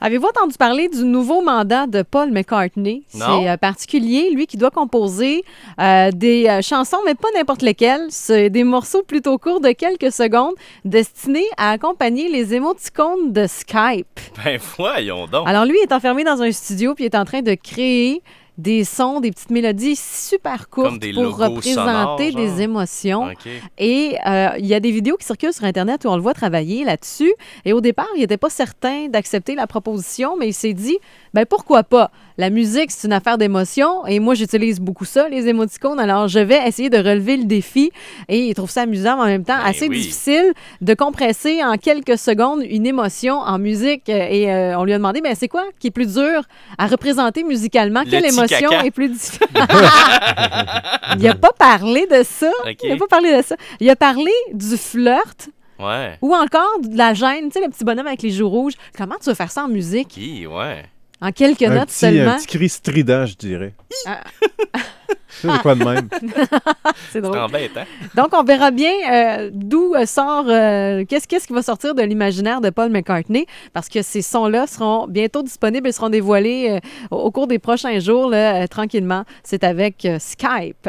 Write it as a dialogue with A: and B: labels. A: Avez-vous entendu parler du nouveau mandat de Paul McCartney?
B: Non.
A: C'est euh, particulier, lui qui doit composer euh, des euh, chansons, mais pas n'importe lesquelles. C'est des morceaux plutôt courts de quelques secondes destinés à accompagner les émoticônes de Skype.
B: Ben voyons donc.
A: Alors lui il est enfermé dans un studio puis il est en train de créer des sons, des petites mélodies super courtes
B: Comme des
A: pour
B: logos
A: représenter
B: sonores, genre.
A: des émotions.
B: OK.
A: Et euh, il y a des vidéos qui circulent sur Internet où on le voit travailler là-dessus. Et au départ, il n'était pas certain d'accepter la proposition, mais il s'est dit, ben pourquoi pas? La musique, c'est une affaire d'émotion et moi, j'utilise beaucoup ça, les émoticônes. Alors, je vais essayer de relever le défi. Et il trouve ça amusant, mais en même temps,
B: Ben
A: assez
B: oui.
A: difficile de compresser en quelques secondes une émotion en musique. Et euh, on lui a demandé, ben c'est quoi qui est plus dur à représenter musicalement?
B: Le
A: Quelle
B: petit
A: émotion
B: caca.
A: est plus difficile? il n'a pas parlé de ça.
B: OK.
A: Il n'a pas parlé de ça. Il a parlé du flirt
B: Ouais.
A: ou encore de la gêne. Tu sais, le petit bonhomme avec les joues rouges. Comment tu vas faire ça en musique?
B: Qui, ouais.
A: En quelques
C: Un
A: notes
C: petit,
A: seulement.
C: un petit cri strident, je dirais.
A: Ah.
C: Ça, c'est quoi de même?
A: C'est
B: C'est
A: drôle.
B: embêtant.
A: Donc, on verra bien euh, d'où euh, sort, euh, qu'est-ce qu'est-ce qui va sortir de l'imaginaire de Paul McCartney, parce que ces sons-là seront bientôt disponibles et seront dévoilés euh, au au cours des prochains jours, là, euh, tranquillement. C'est avec euh, Skype.